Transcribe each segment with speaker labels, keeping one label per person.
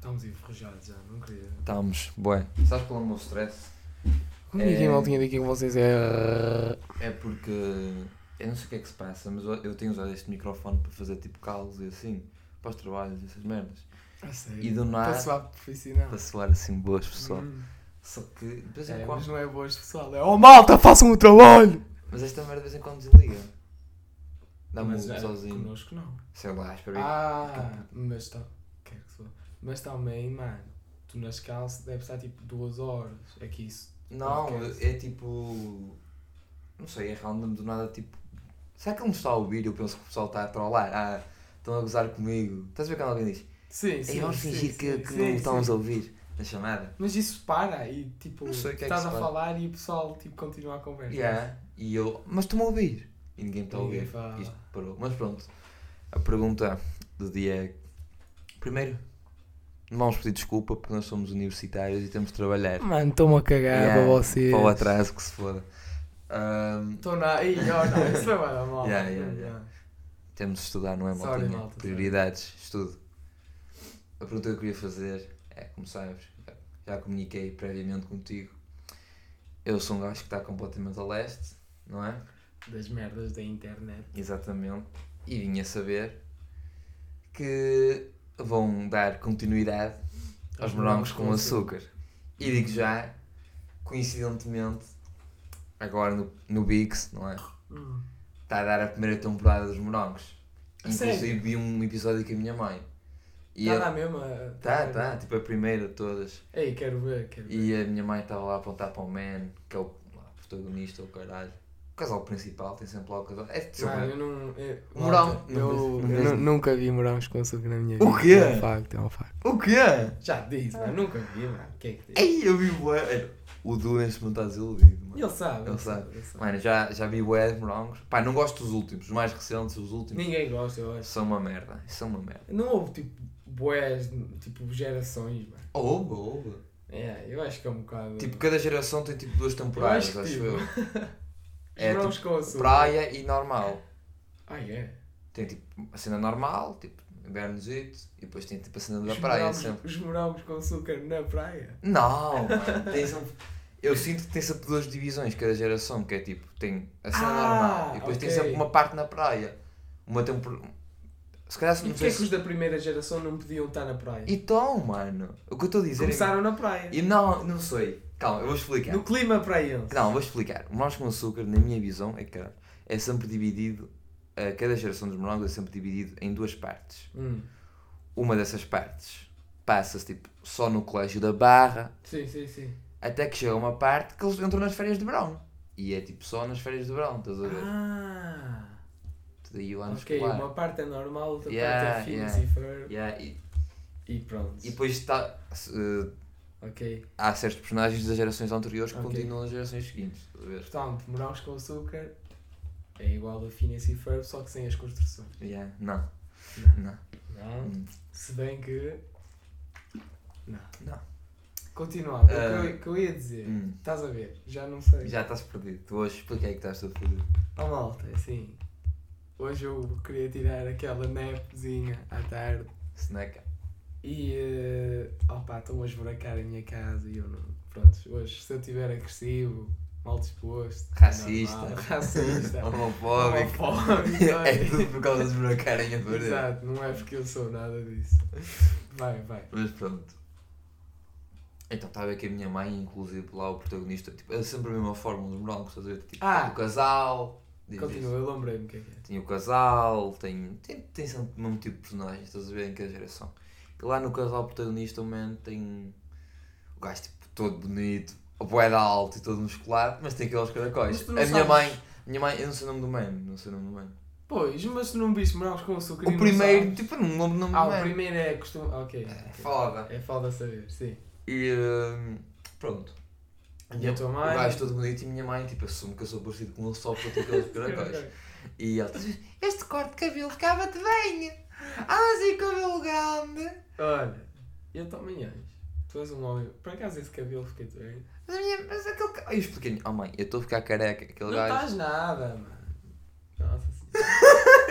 Speaker 1: Estamos enferrujados já, não queria.
Speaker 2: Estamos, bué. Sabes qual é o meu stress?
Speaker 3: Comuniquem
Speaker 2: É-
Speaker 3: mal tinha daqui com vocês é.
Speaker 2: É porque eu não sei o que é que se passa, mas eu- eu tenho usado este microfone para fazer tipo calos e assim, para os trabalhos e essas merdas.
Speaker 1: Ah,
Speaker 2: E
Speaker 1: sério.
Speaker 2: do nada,
Speaker 3: Para soar profissional.
Speaker 2: para soar assim boas pessoal.
Speaker 1: Hum.
Speaker 2: Só que de vez em
Speaker 3: É,
Speaker 2: quando.
Speaker 3: mas não é boas pessoal, é oh malta, façam o trabalho!
Speaker 2: Mas esta merda de vez em quando desliga. Dá-me um
Speaker 1: Mas é,
Speaker 2: sozinho.
Speaker 1: Connosco não.
Speaker 2: Sei lá, espera aí.
Speaker 1: Ah, mas tá. Quero que se foda. Mas também, mano, tu nas calças deve estar tipo duas horas. É que isso.
Speaker 2: não,
Speaker 1: podcast.
Speaker 2: é tipo. Não sei, é random do nada tipo. Será que ele me está a ouvir? Eu penso que o pessoal está a trollar. Ah, estão a gozar comigo. Estás a ver quando alguém diz?
Speaker 1: Sim,
Speaker 2: Ei, vamos É, fingir que, que não estamos a ouvir na chamada.
Speaker 1: Mas isso para e tipo,
Speaker 2: Não sei o que é que
Speaker 1: estás
Speaker 2: se
Speaker 1: a
Speaker 2: para.
Speaker 1: falar e o pessoal tipo, continua a conversa.
Speaker 2: Yeah. E eu. Mas estou-me a ouvir. E ninguém me está a
Speaker 1: Ninguém
Speaker 2: ouvir.
Speaker 1: fala.
Speaker 2: Isto parou. Mas pronto. A pergunta do dia é. Primeiro, não vamos pedir desculpa porque nós somos universitários e temos de trabalhar.
Speaker 3: Mano, estou-me a cagar
Speaker 2: Yeah,
Speaker 3: para vocês.
Speaker 2: Para o atraso que se foda. Ahm,
Speaker 1: Estou na. Ih, oh, não, isso é bué da mal.
Speaker 2: Yeah, yeah, yeah. temos de estudar, não é,
Speaker 1: Sorry,
Speaker 2: maltinha?
Speaker 1: malta, sorry.
Speaker 2: Prioridades, estudo. A pergunta que eu queria fazer é, como sabes, já comuniquei previamente contigo, eu sou um gajo que está completamente a leste, não é?
Speaker 1: Das merdas da internet.
Speaker 2: Exatamente. E vinha saber que vão dar continuidade aos morangos com açúcar. E digo já, coincidentemente, agora no, no Bix, não é?
Speaker 1: Hum.
Speaker 2: está tá a dar a primeira temporada dos Morangos.
Speaker 1: A
Speaker 2: Inclusive
Speaker 1: sério?
Speaker 2: vi um episódio com a minha mãe. E
Speaker 1: Está
Speaker 2: eu-
Speaker 1: lá mesmo a.
Speaker 2: Tá, tá, tipo a primeira de todas.
Speaker 1: Ei, quero ver, quero ver.
Speaker 2: E a minha mãe estava lá a apontar para o Man, que é o lá, protagonista, o caralho. O casal principal, tem sempre lá o casal. É de
Speaker 1: Mano, eu não. eu-
Speaker 2: O moral-
Speaker 1: Malta,
Speaker 2: não
Speaker 1: eu-
Speaker 2: vejo- não
Speaker 3: Eu
Speaker 1: eu
Speaker 3: nu- nunca vi morangos com açúcar na minha vida.
Speaker 2: O quê?
Speaker 3: É um facto, é um facto.
Speaker 2: O que é?
Speaker 1: Já te disse, mano, nunca vi, mano. O que é que diz?
Speaker 2: Ei, eu vi o O Du neste momento está desiludido, mano.
Speaker 1: Ele sabe.
Speaker 2: Ele
Speaker 1: ele sabe.
Speaker 2: Mano, já, já vi o Ed Morangos. Pá, não gosto dos últimos, os mais recentes, os últimos.
Speaker 1: Ninguém gosta, eu acho.
Speaker 2: São uma merda, são uma merda.
Speaker 1: Não houve tipo boés, tipo gerações, mano.
Speaker 2: Houve, houve.
Speaker 1: É, eu acho que é um bocado.
Speaker 2: Tipo, cada geração tem tipo duas temporadas,
Speaker 1: que
Speaker 2: acho,
Speaker 1: tive.
Speaker 2: eu.
Speaker 1: Os
Speaker 2: é,
Speaker 1: morangos com açúcar.
Speaker 2: Praia e normal.
Speaker 1: Ah, é.
Speaker 2: Tem tipo a cena normal, tipo invernozito, e depois tem tipo a cena da
Speaker 1: Os
Speaker 2: praia
Speaker 1: morangos-
Speaker 2: sempre.
Speaker 1: Os morangos com açúcar na praia.
Speaker 2: Não, mano, tem sempre- Eu sinto que tem sempre duas divisões cada geração, que é tipo, tem a cena
Speaker 1: Ah,
Speaker 2: normal e depois tem
Speaker 1: ok.
Speaker 2: sempre uma parte na praia. Uma temporada. Se calhar se
Speaker 1: E
Speaker 2: não
Speaker 1: porquê é
Speaker 2: sei
Speaker 1: que os
Speaker 2: se...
Speaker 1: da primeira geração não podiam estar na praia?
Speaker 2: Então, mano, o que eu estou a dizer é-
Speaker 1: Começaram na praia.
Speaker 2: E não, não sei. Calma, eu vou explicar.
Speaker 1: No clima praiense.
Speaker 2: Não, vou explicar. Morangos com açúcar, na minha visão, é que é sempre dividido. eh, Cada geração dos morangos é sempre dividido em duas partes.
Speaker 1: Hum.
Speaker 2: uma dessas partes passa-se tipo, só no colégio da Barra,
Speaker 1: Sim, sim, sim.
Speaker 2: até que chega uma parte que eles entram nas férias de verão. E é tipo só nas férias de verão, estás a ver?
Speaker 1: Ah.
Speaker 2: Tudo aí o ano
Speaker 1: Ok,
Speaker 2: escolar.
Speaker 1: uma parte é normal, outra
Speaker 2: Yeah,
Speaker 1: parte é finos
Speaker 2: yeah.
Speaker 1: e ferro.
Speaker 2: Yeah, e,
Speaker 1: E pronto.
Speaker 2: e depois tá, se, eh,
Speaker 1: Ok.
Speaker 2: há certos personagens das gerações anteriores que
Speaker 1: Ok.
Speaker 2: continuam nas gerações seguintes, estás a ver?
Speaker 1: Portanto, morangos com açúcar é igual a finas e ferro, só que sem as construções.
Speaker 2: Yeah, não. Não.
Speaker 1: Não?
Speaker 2: Hum.
Speaker 1: Se bem que. Não.
Speaker 2: Não.
Speaker 1: Continuando,
Speaker 2: Ah.
Speaker 1: o que eu, que eu ia dizer.
Speaker 2: Hum.
Speaker 1: Estás a ver? Já não sei.
Speaker 2: Já estás perdido. Tu hoje expliquei que estás todo perdido.
Speaker 1: Oh malta, assim. Hoje eu queria tirar aquela nepezinha à tarde
Speaker 2: Snack.
Speaker 1: e. eh, opá, opa, estão a esburacar a minha casa e eu não. Pronto, hoje se eu estiver agressivo, mal disposto. é
Speaker 2: Racista.
Speaker 1: normal, racista.
Speaker 2: Homofóbico.
Speaker 1: Homofóbico,
Speaker 2: é tudo por causa de brocarem a parede.
Speaker 1: Exato, não é porque eu sou nada disso. Vai, vai.
Speaker 2: Mas pronto. Então estava aqui a minha mãe, inclusive lá o protagonista, tipo, é sempre a mesma fórmula dos morangos, estás a ver? Tipo,
Speaker 1: Ah!
Speaker 2: o casal, diz
Speaker 1: Continua, eu lembrei-me o que é que é.
Speaker 2: isso. Tem o casal, tem, tem, tem sempre o mesmo tipo de personagem, estás a ver em cada geração. E lá no casal protagonista, o man tem o gajo tipo, todo bonito, o boé alto e todo musculado, mas tem aqueles caracóis. A
Speaker 1: Mas tu não
Speaker 2: minha
Speaker 1: sabes-
Speaker 2: mãe, a minha mãe, eu não sei o nome do man, não sei o nome do man.
Speaker 1: Pois, mas tu não viste morangos com açúcar e
Speaker 2: O
Speaker 1: não
Speaker 2: primeiro,
Speaker 1: sabes?
Speaker 2: tipo, eu não me lembro do nome
Speaker 1: Ah,
Speaker 2: do
Speaker 1: o
Speaker 2: man.
Speaker 1: primeiro é costume. Ok. ok.
Speaker 2: Foda.
Speaker 1: É foda saber, sim.
Speaker 2: E hum, pronto.
Speaker 1: E a tua mãe?
Speaker 2: O gajo todo bonito e minha mãe, tipo, assume que eu sou parecido com ele só por ter aqueles caracóis. e ela diz: Este corte de cabelo ficava-te bem! Ah, assim, cabelo grande!
Speaker 1: Olha, eu também acho. Tu és um homem. Por acaso esse cabelo fica bem?
Speaker 2: Mas, a minha, mas aquele. ca- Ai, Eu expliquei-lhe: Oh mãe, eu estou a ficar careca. Aquele
Speaker 1: Não
Speaker 2: gajo.
Speaker 1: estás nada, mano. Nossa senhora.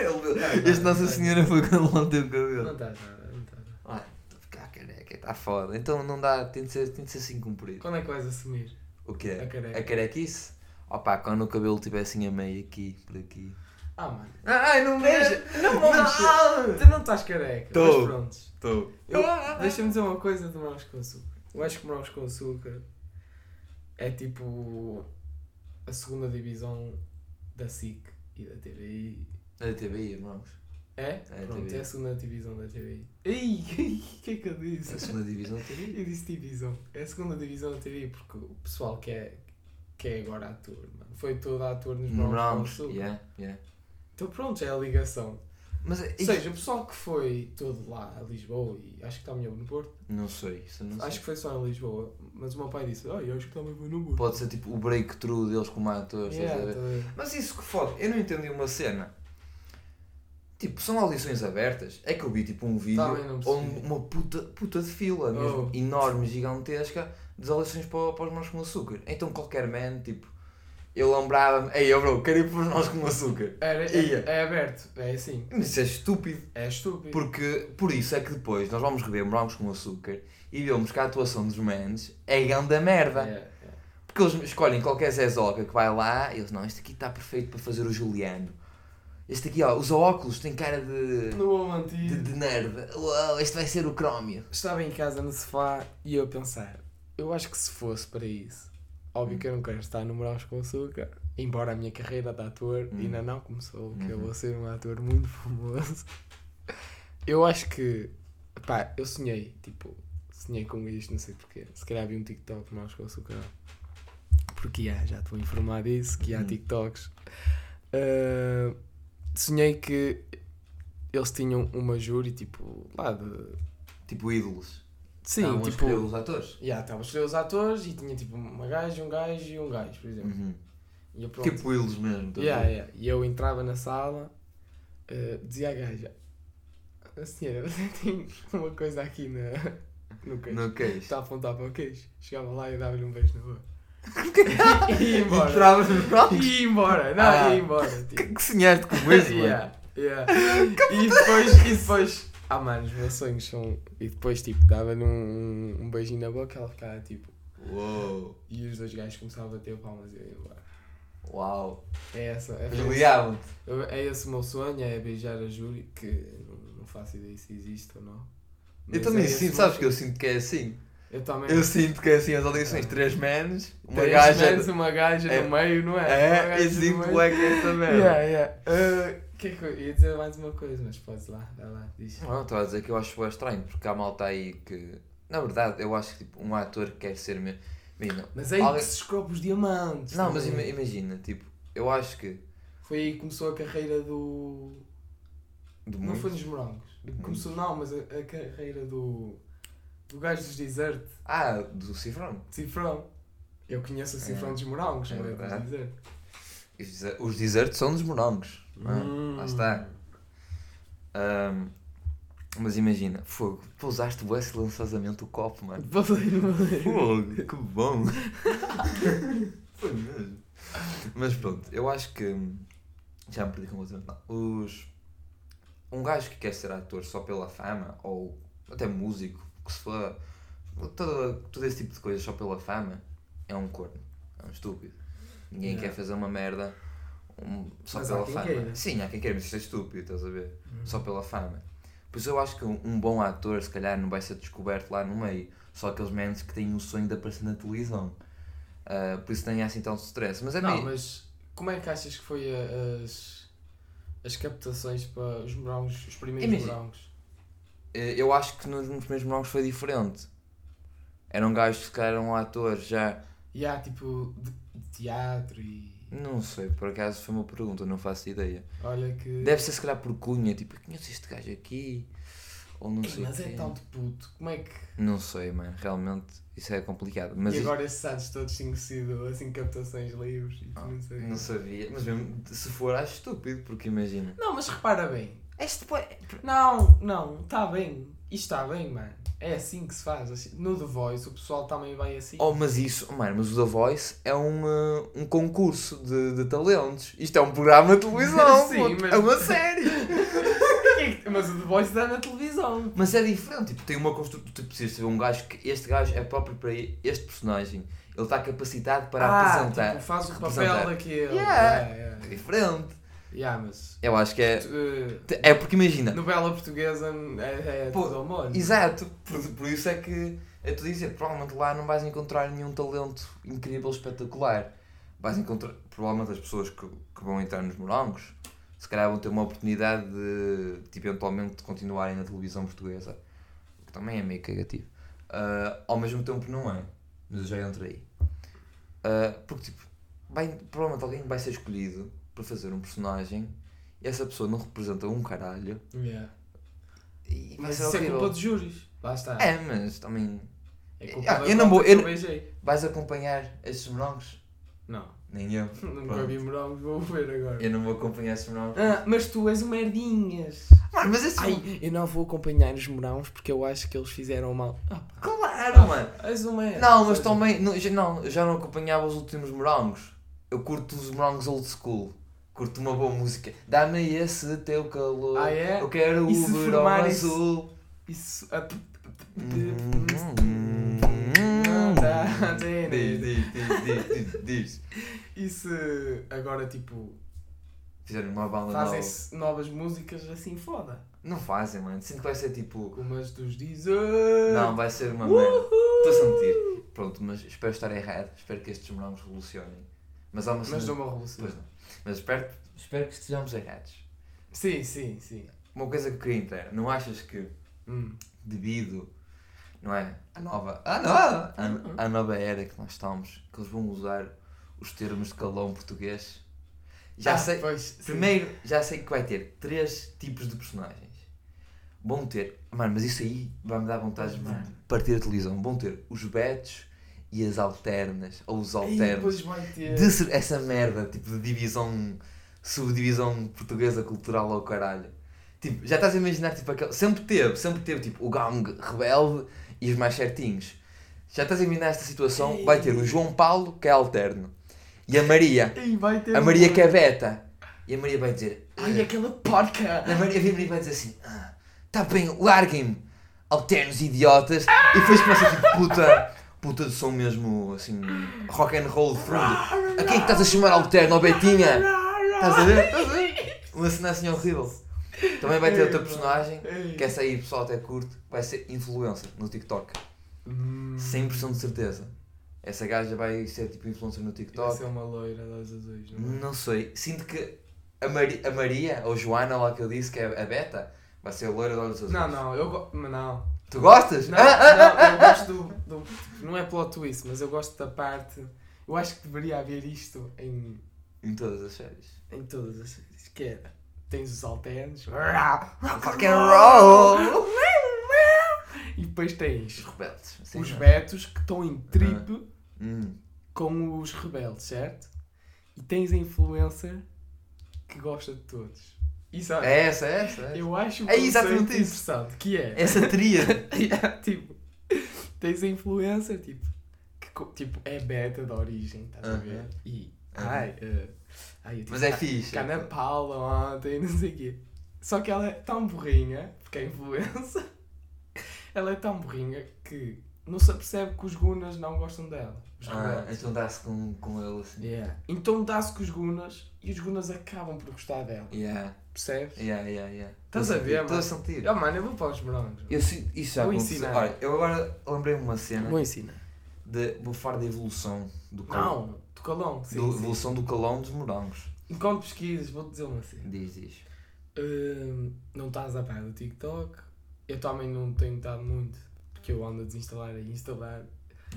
Speaker 2: Ele-
Speaker 1: Não, não,
Speaker 2: este
Speaker 1: não
Speaker 2: Nossa
Speaker 1: estás
Speaker 2: Senhora foi quando levantei o
Speaker 1: Não
Speaker 2: cabelo.
Speaker 1: estás nada, não estás nada.
Speaker 2: Ah, estou a ficar careca, está foda. Então não dá, tem de ser, tem de ser assim comprido.
Speaker 1: Quando é que vais assumir
Speaker 2: O quê?
Speaker 1: a careca?
Speaker 2: A carequice? Opa, quando o cabelo tiver assim a meio aqui, por aqui.
Speaker 1: Ah, mano.
Speaker 2: Ai, não
Speaker 1: Deixa, não, não,
Speaker 2: Não!
Speaker 1: Tu não estás careca.
Speaker 2: Tô.
Speaker 1: Mas pronto.
Speaker 2: Estou.
Speaker 1: Eu- Ah, Deixa-me dizer uma coisa de morangos com açúcar. Eu acho que morangos com açúcar é tipo a segunda divisão da SIC e da TVI.
Speaker 2: Na TVI, irmãos.
Speaker 1: É?
Speaker 2: É,
Speaker 1: Pronto,
Speaker 2: TVI.
Speaker 1: é a segunda divisão da TVI. Ei, o que é que eu
Speaker 2: A
Speaker 1: disse?
Speaker 2: segunda divisão da TVI.
Speaker 1: Eu disse divisão. É a segunda divisão da TVI porque o pessoal que é, que é agora ator, mano, foi todo ator nos morangos
Speaker 2: Irmãos,
Speaker 1: com açúcar.
Speaker 2: yeah, yeah.
Speaker 1: Então pronto, já é a ligação.
Speaker 2: Mas é-
Speaker 1: Ou seja, o pessoal que foi todo lá a Lisboa e acho que está melhor no Porto.
Speaker 2: Não sei, isso eu não sei.
Speaker 1: Acho que foi só em Lisboa, mas o meu pai disse, oh, eu acho que também vou no então, burro.
Speaker 2: Pode ser tipo o breakthrough deles como atores, estás a ver? Mas isso que foda, eu não entendi uma cena. Tipo, são audições abertas. É que eu vi tipo um vídeo
Speaker 1: Também não percebi.
Speaker 2: onde uma puta, puta de fila mesmo,
Speaker 1: Oh.
Speaker 2: enorme, gigantesca, das audições para, para os nós com açúcar. Então qualquer man, tipo, eu lembrava-me, ei eu bro, quero ir para os nós com açúcar.
Speaker 1: Era,
Speaker 2: Ia.
Speaker 1: é, é aberto, é assim,
Speaker 2: Mas isso é estúpido.
Speaker 1: é estúpido.
Speaker 2: Porque por isso é que depois nós vamos rever Morangos com Açúcar e vemos que a atuação dos mans é ganda merda.
Speaker 1: É, é.
Speaker 2: Porque eles escolhem qualquer Zé Zoca que vai lá e eles, não, este aqui está perfeito para fazer o Juliano. Este aqui, ó, usa óculos, tem cara de,
Speaker 1: No bom
Speaker 2: de,
Speaker 1: antigo,
Speaker 2: de nerd. Uau, este vai ser o crómio.
Speaker 1: estava em casa no sofá e eu a pensar, eu acho que se fosse para isso, óbvio que eu não quero estar no Morangos com Açúcar, embora a minha carreira de ator
Speaker 2: Hum.
Speaker 1: ainda não começou, que eu
Speaker 2: Uhum.
Speaker 1: vou ser um ator muito famoso. Eu acho que, pá, eu sonhei, tipo, sonhei com isto, não sei porquê. Se calhar vi um TikTok de Morangos com Açúcar. Porque há, já estou informado disso, que há
Speaker 2: Hum.
Speaker 1: TikToks. Ah, sonhei que eles tinham uma júri, tipo, lá de...
Speaker 2: Tipo ídolos.
Speaker 1: Sim,
Speaker 2: Estavam a escolher
Speaker 1: tipo...
Speaker 2: os atores.
Speaker 1: Já, estavam a escolher os atores e tinha, tipo, uma gaja, um gajo e um gajo, por exemplo.
Speaker 2: Uhum.
Speaker 1: E eu, pronto,
Speaker 2: Tipo ídolos mesmo. estás a
Speaker 1: Yeah,
Speaker 2: ver?
Speaker 1: yeah. E eu entrava na sala, eh, dizia à gaja: A senhora, você tem uma coisa aqui na, no queixo.
Speaker 2: No queixo.
Speaker 1: Está a apontar para o queixo. Chegava lá e dava-lhe um beijo na boca. e ia embora.
Speaker 2: Entrava no
Speaker 1: E
Speaker 2: Morangos.
Speaker 1: ia embora. Não,
Speaker 2: Ah.
Speaker 1: ia embora. Tipo.
Speaker 2: Que, que sonhaste com isso, mano?
Speaker 1: Yeah, yeah. E depois, e depois. Ah, mano, os meus sonhos são. E depois, tipo, dava-lhe um, um beijinho na boca, ela ficava tipo.
Speaker 2: Uou.
Speaker 1: E os dois gajos começavam a bater palmas e eu ia embora.
Speaker 2: Uau.
Speaker 1: É essa. É
Speaker 2: Eles ligavam-te.
Speaker 1: Eu- É esse o meu sonho, é beijar a Júlia, que não, não faço ideia se existe ou não.
Speaker 2: Eu
Speaker 1: Mas
Speaker 2: também
Speaker 1: é esse o
Speaker 2: sinto,
Speaker 1: meu
Speaker 2: sabes que eu
Speaker 1: sonho.
Speaker 2: sinto que é assim.
Speaker 1: Eu também.
Speaker 2: Eu sinto que é assim as audições. Três manos, uma
Speaker 1: Três
Speaker 2: gaja.
Speaker 1: mans, uma gaja
Speaker 2: é-
Speaker 1: no meio, não é? Uma
Speaker 2: É,
Speaker 1: gaja
Speaker 2: eu
Speaker 1: no
Speaker 2: sinto
Speaker 1: meio.
Speaker 2: é que é essa merda.
Speaker 1: Yeah, yeah. Ah, que é que eu ia dizer mais uma coisa, mas podes lá, vai lá, diz.
Speaker 2: Não, estava a dizer que eu acho bem estranho, porque há malta aí que. Na verdade, eu acho que tipo, um ator que quer ser. me- Imagina.
Speaker 1: Mas é aí
Speaker 2: Alguém-
Speaker 1: que se escrova os diamantes.
Speaker 2: Não, mas ima-
Speaker 1: também.
Speaker 2: imagina, tipo, eu acho que.
Speaker 1: Foi aí que começou a carreira do.
Speaker 2: De
Speaker 1: Não
Speaker 2: muitos-
Speaker 1: foi nos morangos.
Speaker 2: Muitos.
Speaker 1: Começou, não, mas a, a carreira do. do gajo dos desert,
Speaker 2: Ah, do Cifrão.
Speaker 1: Cifrão. Eu conheço o Cifrão
Speaker 2: É.
Speaker 1: dos morangos,
Speaker 2: É
Speaker 1: não é? Dos
Speaker 2: verdade.
Speaker 1: desert.
Speaker 2: Os dese- Os desertos são dos morangos. não é?
Speaker 1: Hum.
Speaker 2: Lá está. Ahm, mas imagina, fogo, pousaste bem silenciosamente o copo, mano. Fogo, que bom! Foi mesmo. Mas pronto, eu acho que. hum, Já me perdi completamente. Não. Os. Um gajo que quer ser ator só pela fama, ou até músico, que se for. Todo, todo esse tipo de coisa só pela fama, é um corno. É um estúpido. Ninguém
Speaker 1: Yeah.
Speaker 2: quer fazer uma merda um- só
Speaker 1: Mas há
Speaker 2: pela
Speaker 1: quem
Speaker 2: fama.
Speaker 1: queira.
Speaker 2: Sim, há quem queira, mas isto é estúpido, estás a ver? Só pela fama. Pois eu acho que um um bom ator, se calhar, não vai ser descoberto lá no meio. Só aqueles menos que têm o sonho de aparecer na televisão. Ah, por isso têm assim tanto stress. Mas é
Speaker 1: Não,
Speaker 2: meio-
Speaker 1: mas como é que achas que foi a- as, as captações para os morangos, os primeiros
Speaker 2: Imagina.
Speaker 1: morangos?
Speaker 2: Eh, Eu acho que nos, nos primeiros morangos foi diferente. Eram gajos que se calhar eram atores já.
Speaker 1: E há tipo de, de teatro e.
Speaker 2: Não sei, por acaso foi uma pergunta, não faço ideia.
Speaker 1: Olha que.
Speaker 2: Deve ser se calhar por cunha, tipo, conheço este gajo aqui. Ou não
Speaker 1: Ei,
Speaker 2: sei.
Speaker 1: mas é
Speaker 2: quem.
Speaker 1: tanto puto, como é que.
Speaker 2: Não sei, mano, realmente isso é complicado. Mas
Speaker 1: e
Speaker 2: isto-
Speaker 1: agora esses anos todos tinham sido assim captações livres e tu não sei.
Speaker 2: Ah, Não sabia, mas mesmo se for, acho estúpido, porque imagina.
Speaker 1: Não, mas repara bem.
Speaker 2: Este pô...
Speaker 1: Não, não, está bem. Isto está bem, mano. É assim que se faz. assim- No The Voice o pessoal também vai assim.
Speaker 2: Oh, mas isso, mano, mas o The Voice é um, eh, um concurso de, de talentos. Isto é um programa de televisão,
Speaker 1: Sim,
Speaker 2: puto,
Speaker 1: mas-
Speaker 2: é uma série.
Speaker 1: Quem é que- mas o The Voice dá na televisão.
Speaker 2: Mas é diferente, tipo, tem uma construção. Tu precisas saber um gajo que este gajo é próprio para este personagem. Ele está capacitado para apresentar.
Speaker 1: Tipo, faz o papel
Speaker 2: Representar. Yeah.
Speaker 1: daquele. Yeah, yeah.
Speaker 2: É diferente.
Speaker 1: Yeah, mas.
Speaker 2: Eu acho que é.
Speaker 1: eh,
Speaker 2: É porque imagina.
Speaker 1: novela portuguesa é, é
Speaker 2: Pô,
Speaker 1: todo amor.
Speaker 2: Exato, por, por isso é que eu estou a dizer, provavelmente lá não vais encontrar nenhum talento incrível, espetacular. Vais encontrar, provavelmente as pessoas que, que vão entrar nos morangos, se calhar vão ter uma oportunidade de, tipo, eventualmente, de continuarem na televisão portuguesa, o que também é meio cagativo. Ah, ao mesmo tempo não é, mas eu já entrei. Ah, porque, tipo, vai, provavelmente alguém vai ser escolhido para fazer um personagem e essa pessoa não representa um caralho
Speaker 1: Yeah.
Speaker 2: e vai
Speaker 1: Mas
Speaker 2: ser
Speaker 1: isso é
Speaker 2: horrível.
Speaker 1: culpa dos júris. Lá está.
Speaker 2: É, mas também.
Speaker 1: É culpa
Speaker 2: Ah,
Speaker 1: da
Speaker 2: eu não vou-
Speaker 1: malta que
Speaker 2: eu-
Speaker 1: beijei.
Speaker 2: Vais acompanhar estes morangos?
Speaker 1: Não,
Speaker 2: Nem eu.
Speaker 1: nunca
Speaker 2: Pronto.
Speaker 1: vi morangos, vou ver agora.
Speaker 2: Eu não vou acompanhar estes morangos.
Speaker 1: Ah, mas tu és um merdinhas.
Speaker 2: Mano, mas estes.
Speaker 1: Ai,
Speaker 2: mor-
Speaker 1: eu não vou acompanhar os morangos porque eu acho que eles fizeram mal. Ah, pá.
Speaker 2: Claro, mano!
Speaker 1: És um merda.
Speaker 2: Não, mas
Speaker 1: Sabes?
Speaker 2: também. Não, já, não, eu já não acompanhava os últimos morangos. Eu curto os morangos old school. Curto uma boa música. Dá-me esse teu calor.
Speaker 1: Ah, é?
Speaker 2: Eu quero
Speaker 1: E
Speaker 2: o
Speaker 1: se
Speaker 2: verão
Speaker 1: formarem-se-
Speaker 2: azul.
Speaker 1: Isso. ah, p-
Speaker 2: Hum.
Speaker 1: tá,
Speaker 2: Diz, diz, diz, diz, diz.
Speaker 1: E se agora, tipo,
Speaker 2: Fizeram uma banda nova.
Speaker 1: fazem-se novas músicas assim foda?
Speaker 2: Não fazem, mano. Sinto que vai ser tipo.
Speaker 1: Como as dos Deezer.
Speaker 2: Não, é. vai ser uma merda. Estou a sentir. Pronto, mas espero estar errado. Espero que estes morangos revolucionem. Mas há uma
Speaker 1: Mas de
Speaker 2: cena.
Speaker 1: uma revolução.
Speaker 2: Pois não. Mas espero, espero que estejamos errados.
Speaker 1: Sim, sim, sim.
Speaker 2: Uma coisa que eu queria entrar. Não achas que,
Speaker 1: Hum. devido.
Speaker 2: não é? A nova. A nova! A, a nova era que nós estamos, que eles vão usar os termos de calão português. Já
Speaker 1: Ah,
Speaker 2: sei.
Speaker 1: pois, sim.
Speaker 2: Primeiro, já sei que vai ter três tipos de personagens. Vão ter. Mano, mas isso aí vai-me dar vontade de partir a televisão. Vão ter os betos e as alternas. Ou os
Speaker 1: Ih, é.
Speaker 2: alternos.
Speaker 1: Depois vai ter.
Speaker 2: De ser- essa merda, tipo, de divisão. Subdivisão portuguesa cultural ao caralho. Tipo, já estás a imaginar, tipo, aquele. Sempre teve, sempre teve, tipo, o gang rebelde e os mais certinhos. Já estás a imaginar esta situação? Vai ter o João Paulo, que é alterno. E a Maria.
Speaker 1: Ih, vai ter
Speaker 2: A Maria
Speaker 1: um-
Speaker 2: que é beta. E a Maria vai dizer.
Speaker 1: Ai, aquela porca!
Speaker 2: A Maria, a Maria vai dizer assim. "Ah, Tá bem, larguem-me. Alternos idiotas. E depois começa tipo puta. Puta de som mesmo assim. Rock and roll fundo. A quem é que estás a chamar alterno, ó Betinha? Estás a ver? Estás a ver? Uma cena assim horrível. Também vai ter outra personagem. Que essa aí o pessoal até curte. Vai ser influencer no TikTok.
Speaker 1: Hum,
Speaker 2: 100% de certeza. Essa gaja vai ser tipo influencer no TikTok.
Speaker 1: Essa é uma loira das azuis, não é?
Speaker 2: Não sei. Sinto que a, Mari- a Maria, ou Joana, lá que eu disse, que é a Beta, vai ser a loira de olhos azuis.
Speaker 1: Não, não, eu go... mas não.
Speaker 2: Tu gostas?
Speaker 1: Não,
Speaker 2: Ah, ah,
Speaker 1: não, eu
Speaker 2: ah, ah,
Speaker 1: gosto do, do- Não é plot twist, mas eu gosto da parte. Eu acho que deveria haver isto em,
Speaker 2: Em todas as séries.
Speaker 1: em todas as séries. Que era. Tens os alternos.
Speaker 2: Rock and roll!
Speaker 1: E depois tens
Speaker 2: Os rebeldes. Sim,
Speaker 1: os
Speaker 2: não é?
Speaker 1: betos que estão em trip
Speaker 2: Hum.
Speaker 1: com os rebeldes, certo? E tens a influencer que gosta de todos. Isso
Speaker 2: É essa, é essa. é essa.
Speaker 1: Eu acho o
Speaker 2: É exatamente isso.
Speaker 1: conceito interessante. Que é.
Speaker 2: Essa tríade.
Speaker 1: Yeah, tipo, tens a influencer, tipo, que co- tipo, é beta da origem, estás a ver?
Speaker 2: Aham.
Speaker 1: E,
Speaker 2: Aham.
Speaker 1: ai, eh, ai, eu tive
Speaker 2: Mas é
Speaker 1: cá-
Speaker 2: fixe.
Speaker 1: cá na Paula ontem, não sei o quê. Só que ela é tão burrinha, porque é influencer, ela é tão burrinha que não se apercebe que os gunas não gostam dela. Os
Speaker 2: Ah,
Speaker 1: rebeldes.
Speaker 2: então dá-se com, com ele assim.
Speaker 1: Yeah. Então dá-se com os gunas e os gunas acabam por gostar dela,
Speaker 2: Yeah,
Speaker 1: percebes?
Speaker 2: yeah, yeah. yeah.
Speaker 1: Estás a ver,
Speaker 2: Estou a
Speaker 1: mano?
Speaker 2: sentir.
Speaker 1: Oh, mano, eu vou para os morangos.
Speaker 2: Eu sinto, isso já
Speaker 1: Vou
Speaker 2: aconteceu.
Speaker 1: ensinar.
Speaker 2: Olha, eu agora lembrei-me uma cena
Speaker 1: Vou ensinar.
Speaker 2: de. Vou falar da evolução do calão.
Speaker 1: Não, do calão.
Speaker 2: Da
Speaker 1: Sim, sim.
Speaker 2: evolução do calão dos morangos.
Speaker 1: Enquanto pesquisas, vou-te dizer uma cena.
Speaker 2: Diz, diz.
Speaker 1: Hum, não estás a par do TikTok. Eu também não tenho estado muito, porque eu ando a desinstalar e instalar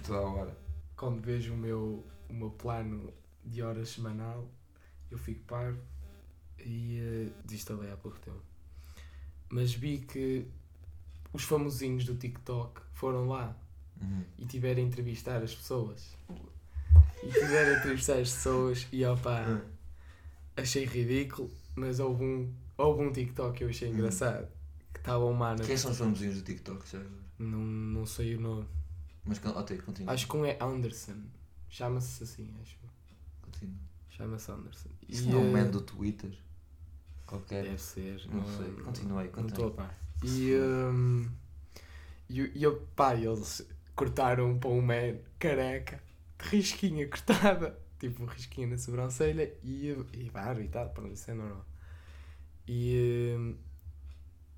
Speaker 2: Toda hora.
Speaker 1: quando vejo o meu, o meu plano de horas semanal, eu fico parvo e eh, desinstalei há pouco tempo. Mas vi que os famosinhos do TikTok foram lá e tiveram a entrevistar as pessoas. E tiveram a entrevistar as pessoas e
Speaker 2: Ah,
Speaker 1: opá, achei ridículo, mas houve um, houve um TikTok que eu achei engraçado. Que estava humana.
Speaker 2: Quem são os famosinhos do TikTok? Já agora?
Speaker 1: Não, não sei o nome.
Speaker 2: Mas con- ok, continua.
Speaker 1: Acho que um é Anderson. Chama-se assim, acho.
Speaker 2: continua.
Speaker 1: Chama-se Anderson.
Speaker 2: Isso
Speaker 1: E,
Speaker 2: não é um
Speaker 1: eh,
Speaker 2: man do Twitter. qualquer.
Speaker 1: Deve ser. é?
Speaker 2: Não sei. Continuei,
Speaker 1: Não estou
Speaker 2: continuei.
Speaker 1: a par. E, hum, e, o- e eu, pá, eles cortaram para um man careca, de risquinha cortada, tipo risquinha na sobrancelha e, e barba e tal, pronto, isso é normal. E, hum,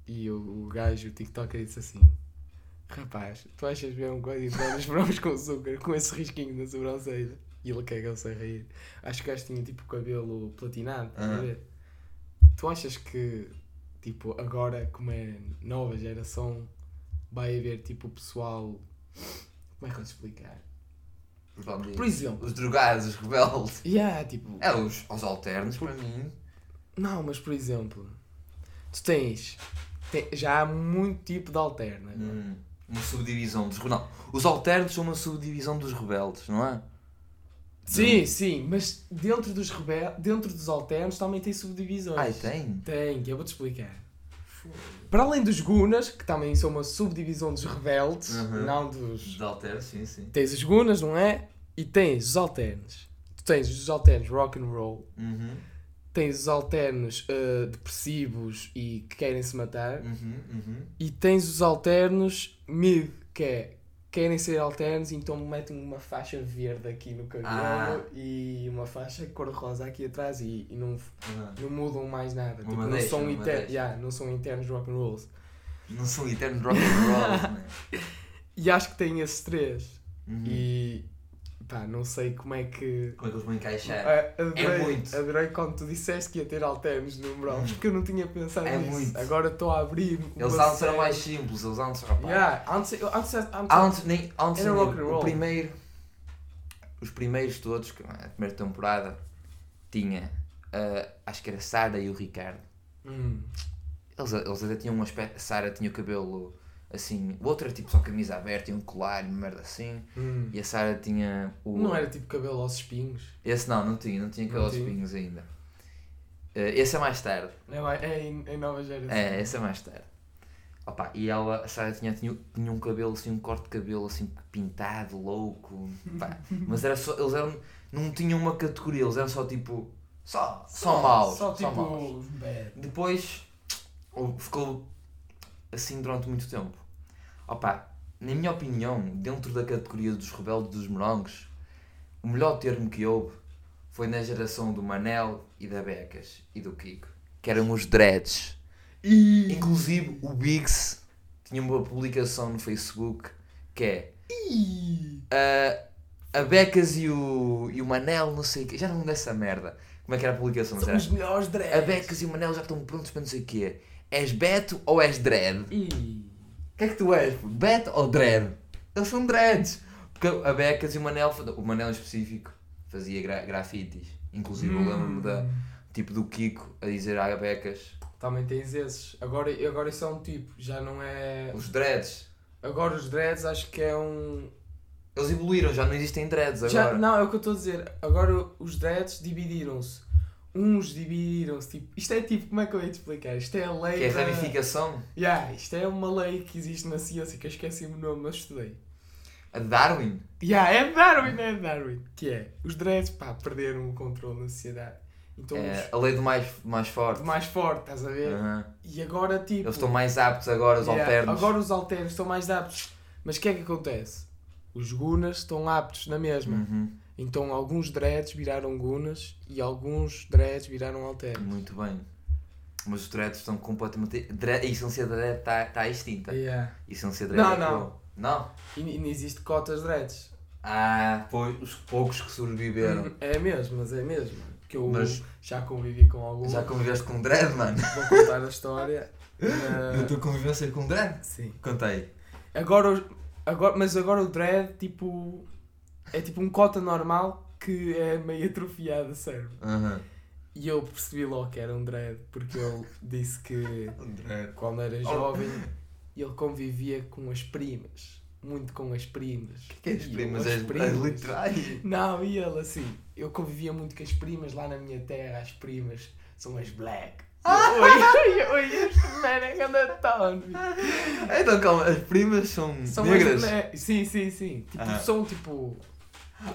Speaker 1: e o, o gajo, o TikToker, disse assim: Rapaz, tu achas mesmo que olhos olhos brancos com açúcar com esse risquinho na sobrancelha? E ele cagou-se a rir. Acho que o gajo tinha tipo o cabelo platinado, estás a
Speaker 2: Ah.
Speaker 1: ver? Tu achas que tipo, agora, como é nova geração, vai haver tipo o pessoal. Como é que eu te explicar?
Speaker 2: Vamos dizer,
Speaker 1: Por exemplo,
Speaker 2: Os drogados, os rebeldes.
Speaker 1: yeah, tipo,
Speaker 2: É, os, os alternos, para mim.
Speaker 1: não, mas por exemplo, tu tens, te- já há muito tipo de alterna.
Speaker 2: hum, uma subdivisão dos. Não, os alternos são uma subdivisão dos rebeldes, não é?
Speaker 1: Sim, sim, mas dentro dos rebel... dentro dos alternos também tem subdivisões.
Speaker 2: Ai, Ah, tem.
Speaker 1: Tem, que eu vou-te explicar. Para além dos Gunas, que também são uma subdivisão dos rebeldes,
Speaker 2: Uhum.
Speaker 1: não dos
Speaker 2: Os alternos, sim, sim.
Speaker 1: Tens os Gunas, não é? E tens os alternos. Tu tens os alternos rock and roll,
Speaker 2: Uhum,
Speaker 1: tens os alternos ah, depressivos e que querem se matar,
Speaker 2: uhum, uhum.
Speaker 1: e tens os alternos mid, que é querem ser alternos, então metem uma faixa verde aqui no cabelo
Speaker 2: Ah.
Speaker 1: e uma faixa cor-de-rosa aqui atrás e, e não,
Speaker 2: Ah,
Speaker 1: não mudam mais nada.
Speaker 2: Uma
Speaker 1: Tipo, não,
Speaker 2: deixa,
Speaker 1: são
Speaker 2: uma
Speaker 1: inter...
Speaker 2: deixa.
Speaker 1: yeah, não são internos rock and rolls.
Speaker 2: Não são eternos rock and roll, né?
Speaker 1: E acho que tem esses três.
Speaker 2: Uhum.
Speaker 1: E pá, não sei como é que
Speaker 2: Como é que eles vão encaixar?
Speaker 1: Ah, Adorei,
Speaker 2: muito. Hum.
Speaker 1: adorei quando tu disseste que ia ter alternos no umbral, porque eu não tinha pensado
Speaker 2: É
Speaker 1: nisso.
Speaker 2: muito.
Speaker 1: Agora estou a abrir. uma
Speaker 2: Eles antes
Speaker 1: série.
Speaker 2: eram mais um simples, eles antes, rapaz.
Speaker 1: Yeah, antes, eu- antes, antes-
Speaker 2: Antes, nem, antes
Speaker 1: Era
Speaker 2: nem-
Speaker 1: rock and roll.
Speaker 2: o primeiro, os primeiros todos, que a primeira temporada tinha, ah, acho que era a Sara e o Ricardo.
Speaker 1: Hum,
Speaker 2: Eles, eles até tinham um aspecto, a Sara tinha o cabelo assim, o outro era tipo só camisa aberta e um colar, uma merda assim,
Speaker 1: hum.
Speaker 2: e a Sara tinha o...
Speaker 1: Não era tipo cabelo aos espinhos.
Speaker 2: Esse não, não tinha, não tinha
Speaker 1: Não
Speaker 2: aqueles
Speaker 1: tinha.
Speaker 2: espinhos ainda. Ah, esse é mais tarde.
Speaker 1: É, mais- é em, em nova geração.
Speaker 2: É, essa é mais tarde. Opa, e ela, a Sara tinha, tinha, tinha um cabelo assim, um corte de cabelo assim pintado, louco. pá. Mas era só, eles eram, não tinham uma categoria, eles eram só tipo, só, só, maus.
Speaker 1: Só
Speaker 2: Só,
Speaker 1: tipo.
Speaker 2: maus.
Speaker 1: bad.
Speaker 2: Depois, ou- ficou assim durante muito tempo. Opa, na minha opinião, dentro da categoria dos rebeldes dos morangos, o melhor termo que houve foi na geração do Manel e da Becas e do Kiko, que eram os dreads.
Speaker 1: E.
Speaker 2: Inclusive o Biggs tinha uma publicação no Facebook que é
Speaker 1: e-
Speaker 2: ah, a Becas e o, e o Manel, não sei o quê, já não me dessa merda. Como é que era a publicação? Mas
Speaker 1: São
Speaker 2: era,
Speaker 1: os melhores dreads.
Speaker 2: a Becas e o Manel já estão prontos para não sei o quê. És Beto ou és Dread?
Speaker 1: E.
Speaker 2: O que é que tu és? pô? Beto ou Dread? Eles são Dreads. Porque a Becas e o Manel, o Manel em específico, fazia gra grafites. Inclusive eu lembro-me
Speaker 1: Hum.
Speaker 2: da, tipo, do Kiko a dizer à Becas
Speaker 1: Também tens esses. Agora, agora isso é um tipo, já não é.
Speaker 2: os Dreads.
Speaker 1: Agora os dreads acho que é um.
Speaker 2: Eles evoluíram, já não existem Dreads agora.
Speaker 1: Já, não, é o que eu estou a dizer. Agora os dreads dividiram-se. Uns dividiram-se. Tipo, isto é tipo, como é que eu ia te explicar? Isto é a lei.
Speaker 2: Que é
Speaker 1: da-
Speaker 2: ramificação?
Speaker 1: Yeah, isto é uma lei que existe na ciência que eu esqueci-me o nome, mas estudei.
Speaker 2: A de Darwin?
Speaker 1: Yeah, é de Darwin, é de Darwin. Que é, os dreads, pá, perderam o controle na sociedade. Então
Speaker 2: É, a lei do mais, mais
Speaker 1: os
Speaker 2: forte.
Speaker 1: mais fortes, estás a ver?
Speaker 2: Aham.
Speaker 1: E agora tipo.
Speaker 2: Eles estão mais aptos agora, os
Speaker 1: Yeah,
Speaker 2: alternos.
Speaker 1: Agora os alternos estão mais aptos. Mas o que é que acontece? Os gunas estão aptos na mesma.
Speaker 2: Uhum.
Speaker 1: Então alguns dreads viraram gunas e alguns dreads viraram alternos.
Speaker 2: Muito bem. Mas os dreads estão completamente. Dre... A essência da dread está tá extinta.
Speaker 1: Yeah.
Speaker 2: A essência da dread
Speaker 1: Não,
Speaker 2: é
Speaker 1: não.
Speaker 2: boa. Não?
Speaker 1: E, e não existe cotas dreads.
Speaker 2: Ah, pois, os poucos que sobreviveram.
Speaker 1: É mesmo, mas é mesmo. Porque eu
Speaker 2: Mas-
Speaker 1: já convivi com alguns,
Speaker 2: Já conviveste com dread, mano?
Speaker 1: vou contar a história.
Speaker 2: Na
Speaker 1: Ah,
Speaker 2: tua convivência com dread?
Speaker 1: sim.
Speaker 2: Contei.
Speaker 1: Agora, os- agora, mas agora o dread tipo, é tipo um cota normal que é meio atrofiado, sério.
Speaker 2: Aham.
Speaker 1: E eu percebi logo que era um dread porque ele disse que
Speaker 2: Dread.
Speaker 1: quando era jovem, ele convivia com as primas. Muito com as primas.
Speaker 2: Que és
Speaker 1: E
Speaker 2: primas, É
Speaker 1: as
Speaker 2: és és literais.
Speaker 1: Não, e ele assim, eu convivia muito com as primas lá na minha terra, as primas são as black. Oi, oi, oi, este man é ganda tone, bicho.
Speaker 2: Então calma, as primas são,
Speaker 1: São as
Speaker 2: negras.
Speaker 1: black. Sim, sim, sim. Tipo,
Speaker 2: Ah.
Speaker 1: são tipo.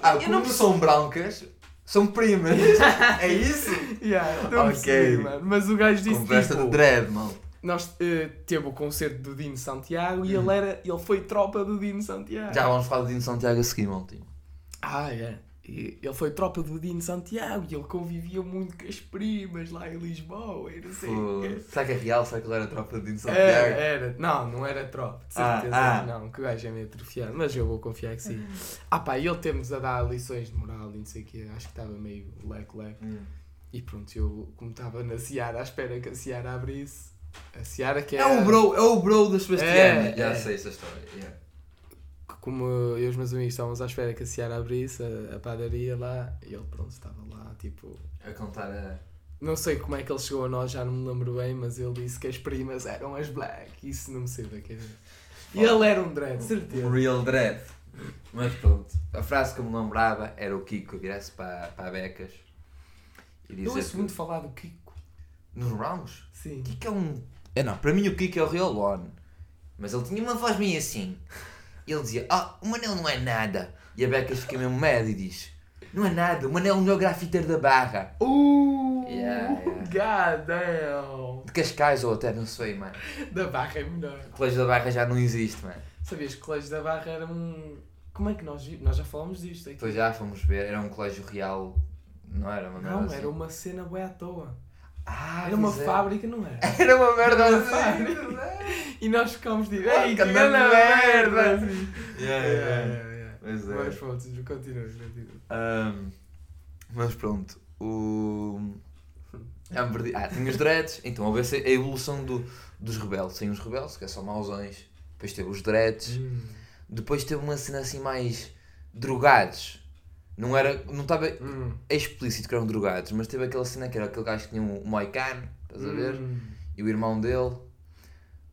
Speaker 2: Ah,
Speaker 1: Eu não
Speaker 2: como são brancas, São primas. é isso?
Speaker 1: Yeah, não
Speaker 2: Ok.
Speaker 1: percebi, mano. Mas o gajo disse
Speaker 2: Conversa
Speaker 1: tipo,
Speaker 2: de dread, mal.
Speaker 1: nós eh, teve o concerto do Dino Santiago e ele era, ele foi tropa do Dino Santiago.
Speaker 2: Uhum. Já vamos falar do Dino Santiago a seguir, tipo. maltinho.
Speaker 1: Ah, é. E Ele foi tropa do Dino Santiago e ele convivia muito com as primas lá em Lisboa e não sei o quê.
Speaker 2: Foda-se. Será que é real? Será que ele era tropa de
Speaker 1: É,
Speaker 2: Dino
Speaker 1: Era,
Speaker 2: Santiago?
Speaker 1: era. Não, não era tropa, de
Speaker 2: Ah,
Speaker 1: certeza.
Speaker 2: ah.
Speaker 1: Não, que o gajo é meio atrofiado, mas eu vou confiar que sim. Ah pá, e ele temos a dar lições de moral e não sei o quê. Acho que estava meio leque-leque.
Speaker 2: Hum.
Speaker 1: E pronto, eu, como estava na Seara, à espera que a Seara abrisse, a Seara que
Speaker 2: É,
Speaker 1: é...
Speaker 2: o bro, é o bro da Sebastiana.
Speaker 1: É,
Speaker 2: Já
Speaker 1: é.
Speaker 2: sei essa história. yeah.
Speaker 1: Como eu e os meus amigos estávamos à espera que a Seara abrisse, a, a padaria lá, e ele pronto, estava lá, tipo...
Speaker 2: A contar a.
Speaker 1: Não sei como é que ele chegou a nós, já não me lembro bem, mas ele disse que as primas eram as black, isso não me sei da cabeça. E ele era um dread,
Speaker 2: Um
Speaker 1: certeza.
Speaker 2: real dread. Mas pronto. A frase que eu me lembrava era o Kiko virasse para, para a Becas e
Speaker 1: Eu
Speaker 2: dizer.
Speaker 1: ouço
Speaker 2: que-
Speaker 1: muito é falar do Kiko.
Speaker 2: Nos rounds?
Speaker 1: Sim.
Speaker 2: O Kiko é um. É não, para mim o Kiko é o real on. Mas ele tinha uma voz meio assim. Ele dizia: Ah, o Manel não é nada. E a Becas fica mesmo mad e diz: Não é nada, o Manel é o melhor grafiteiro da barra.
Speaker 1: Uh,
Speaker 2: Yeah,
Speaker 1: God damn.
Speaker 2: De Cascais ou até, não sei, mano.
Speaker 1: Da Barra é melhor.
Speaker 2: O colégio da barra já não existe, mano.
Speaker 1: Sabias que o Colégio da Barra era um... Como é que nós vi- Nós já falámos disto é aqui.
Speaker 2: Depois já fomos ver, era um colégio real. Não era uma merda.
Speaker 1: Não,
Speaker 2: assim.
Speaker 1: era uma cena bué à toa.
Speaker 2: Ah,
Speaker 1: Era uma
Speaker 2: pois é.
Speaker 1: fábrica, não era?
Speaker 2: Era uma merda
Speaker 1: Era uma
Speaker 2: assim.
Speaker 1: fábrica.
Speaker 2: pois é.
Speaker 1: E nós ficámos de...
Speaker 2: Ah,
Speaker 1: Ei, que
Speaker 2: que
Speaker 1: grande
Speaker 2: merda."
Speaker 1: merda! assim.
Speaker 2: Yeah, yeah,
Speaker 1: Yeah,
Speaker 2: yeah.
Speaker 1: yeah, yeah.
Speaker 2: Pois é.
Speaker 1: Mas pronto, continua,
Speaker 2: né, tipo.
Speaker 1: continua.
Speaker 2: Ahm, mas pronto, o. Já me perdi. Ah, tinha os dreads, então houve essa- a evolução do, dos rebeldes. Tem os rebeldes, que é só mauzões. Depois teve os dreads.
Speaker 1: Hum.
Speaker 2: Depois teve uma cena assim mais. drogados. Não era. Não estava
Speaker 1: Hum.
Speaker 2: explícito que eram drogados, mas teve aquela cena que era aquele gajo que tinha um, um moicano, estás a ver?
Speaker 1: Hum.
Speaker 2: e o irmão dele,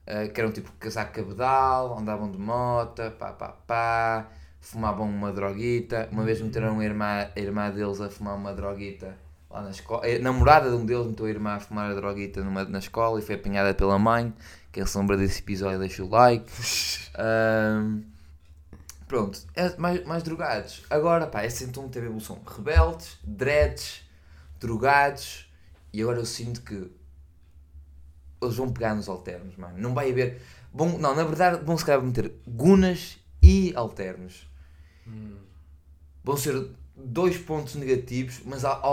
Speaker 2: eh, que eram tipo casaco cabedal, andavam de mota, pá pá pá, fumavam uma droguita. Uma vez meteram a irmã, a irmã deles a fumar uma droguita lá na escola. A namorada de um deles meteu a irmã a fumar a droguita numa, na escola e foi apanhada pela mãe. Quem se lembra desse episódio deixa o like. Ahm, pronto, é mais, mais drogados. Agora, pá, esse então teve evolução. Rebeldes, dreads, drogados. E agora eu sinto que eles vão pegar nos alternos, mano. Não vai haver. Bom, não, na verdade vão se calhar meter gunas e alternos.
Speaker 1: Hum.
Speaker 2: Vão ser dois pontos negativos, mas a, a- a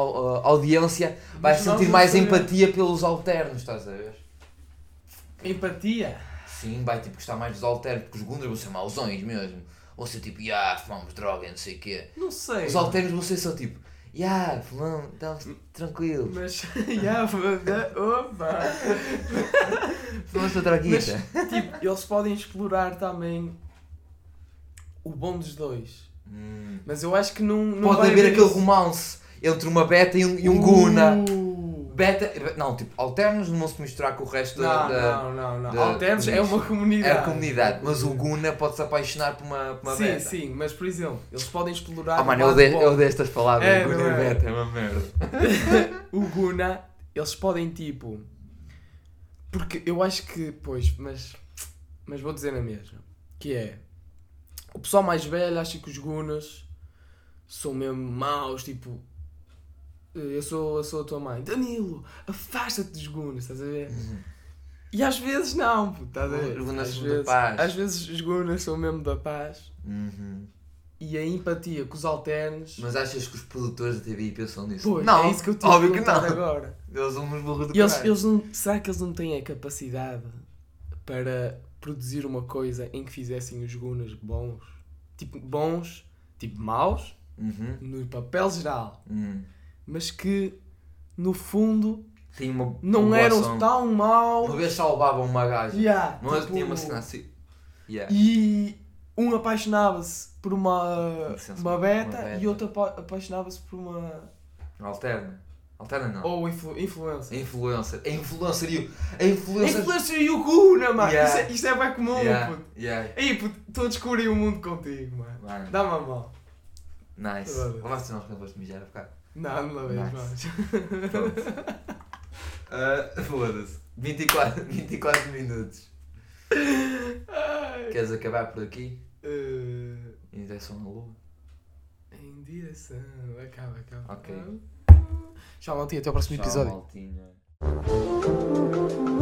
Speaker 2: audiência vai
Speaker 1: Mas nós
Speaker 2: sentir
Speaker 1: não
Speaker 2: mais
Speaker 1: sabemos.
Speaker 2: empatia pelos alternos, estás a ver?
Speaker 1: Empatia.
Speaker 2: Sim, vai tipo gostar mais dos alternos, porque os gunas vão ser mauzões mesmo. Vão ser tipo, ah, fumamos droga, e não sei o quê.
Speaker 1: Não sei.
Speaker 2: Os alternos vão ser só tipo, ah, fulano, tá tranquilo,
Speaker 1: Mas. Ya, foda- Opa!
Speaker 2: fumamos para droguita.
Speaker 1: tipo, eles podem explorar também o bom dos dois.
Speaker 2: Hum.
Speaker 1: Mas eu acho que não. não
Speaker 2: Pode
Speaker 1: vai
Speaker 2: haver aquele
Speaker 1: isso.
Speaker 2: romance entre uma beta e um, e um
Speaker 1: Uh,
Speaker 2: guna. Beta, não, tipo, alternos não vão se misturar com o resto da,
Speaker 1: Não,
Speaker 2: da-
Speaker 1: não, não, não.
Speaker 2: da-
Speaker 1: Alternos é uma
Speaker 2: é
Speaker 1: comunidade.
Speaker 2: a comunidade, mas o guna pode se apaixonar por uma, por uma
Speaker 1: Sim,
Speaker 2: beta.
Speaker 1: sim, mas por exemplo, eles podem explorar.
Speaker 2: Ah,
Speaker 1: o
Speaker 2: mano, eu
Speaker 1: lado
Speaker 2: odeio,
Speaker 1: bom.
Speaker 2: eu odeio estas palavras,
Speaker 1: É,
Speaker 2: guna
Speaker 1: não
Speaker 2: e
Speaker 1: é?
Speaker 2: beta, é uma merda.
Speaker 1: o Guna, eles podem tipo. Porque eu acho que. Pois, mas. Mas vou dizer na mesma. Que é. O pessoal mais velho acha que os Gunas são mesmo maus, tipo. Eu sou, eu sou a tua mãe. Danilo, afasta-te dos Gunas, estás a ver? E às vezes não, puto, estás a ver?
Speaker 2: Uhum. Os Gunas
Speaker 1: às
Speaker 2: são da
Speaker 1: vezes,
Speaker 2: paz.
Speaker 1: Às vezes os Gunas são mesmo da paz.
Speaker 2: Uhum.
Speaker 1: E a empatia com os alternos.
Speaker 2: Mas achas que os produtores da TV pensam nisso?
Speaker 1: pois,
Speaker 2: não,
Speaker 1: é isso que eu estou a
Speaker 2: óbvio que
Speaker 1: perguntar
Speaker 2: não.
Speaker 1: agora.
Speaker 2: Eles são uns burros do
Speaker 1: E eles,
Speaker 2: caralho.
Speaker 1: eles não, será que eles não têm a capacidade para produzir uma coisa em que fizessem os Gunas bons? Tipo, bons, tipo, maus,
Speaker 2: Uhum.
Speaker 1: no papel geral,
Speaker 2: Hum.
Speaker 1: mas que no fundo
Speaker 2: Tem uma,
Speaker 1: não
Speaker 2: uma
Speaker 1: eram
Speaker 2: boa ação.
Speaker 1: tão
Speaker 2: Uma
Speaker 1: maus.
Speaker 2: vez salvavam uma gaja.
Speaker 1: Yeah,
Speaker 2: Não é
Speaker 1: tipo,
Speaker 2: tinha uma cena assim. Yeah.
Speaker 1: E um apaixonava-se por uma,
Speaker 2: Licença,
Speaker 1: uma,
Speaker 2: uma
Speaker 1: beta,
Speaker 2: beta.
Speaker 1: e outro apa- apaixonava-se por uma.
Speaker 2: Alterna. Alterna não.
Speaker 1: Ou influ, influencer.
Speaker 2: Influencer. A influencer e o. A influencer.
Speaker 1: Oh. Influencer e o Guna, mano!
Speaker 2: Yeah.
Speaker 1: Isto, é, isto é bem comum,
Speaker 2: Yeah,
Speaker 1: puto.
Speaker 2: yeah.
Speaker 1: Ei, puto, estou a descobrir o mundo contigo, mano.
Speaker 2: Mano,
Speaker 1: Dá-me a mão.
Speaker 2: nice. assim
Speaker 1: Tá bem.
Speaker 2: Lavaste não, não foste mijar a bocado.
Speaker 1: Não, não levei
Speaker 2: Nice.
Speaker 1: mais.
Speaker 2: Pronto. Ah, Foda-se. 24, 24 minutos.
Speaker 1: Ai.
Speaker 2: Queres acabar por aqui? é
Speaker 1: Eh,
Speaker 2: Em direção à lua?
Speaker 1: Em direção. Acaba, acaba.
Speaker 2: Ok.
Speaker 1: Tchau, maltinha. Até ao próximo
Speaker 2: Tchau,
Speaker 1: episódio.
Speaker 2: maltinha.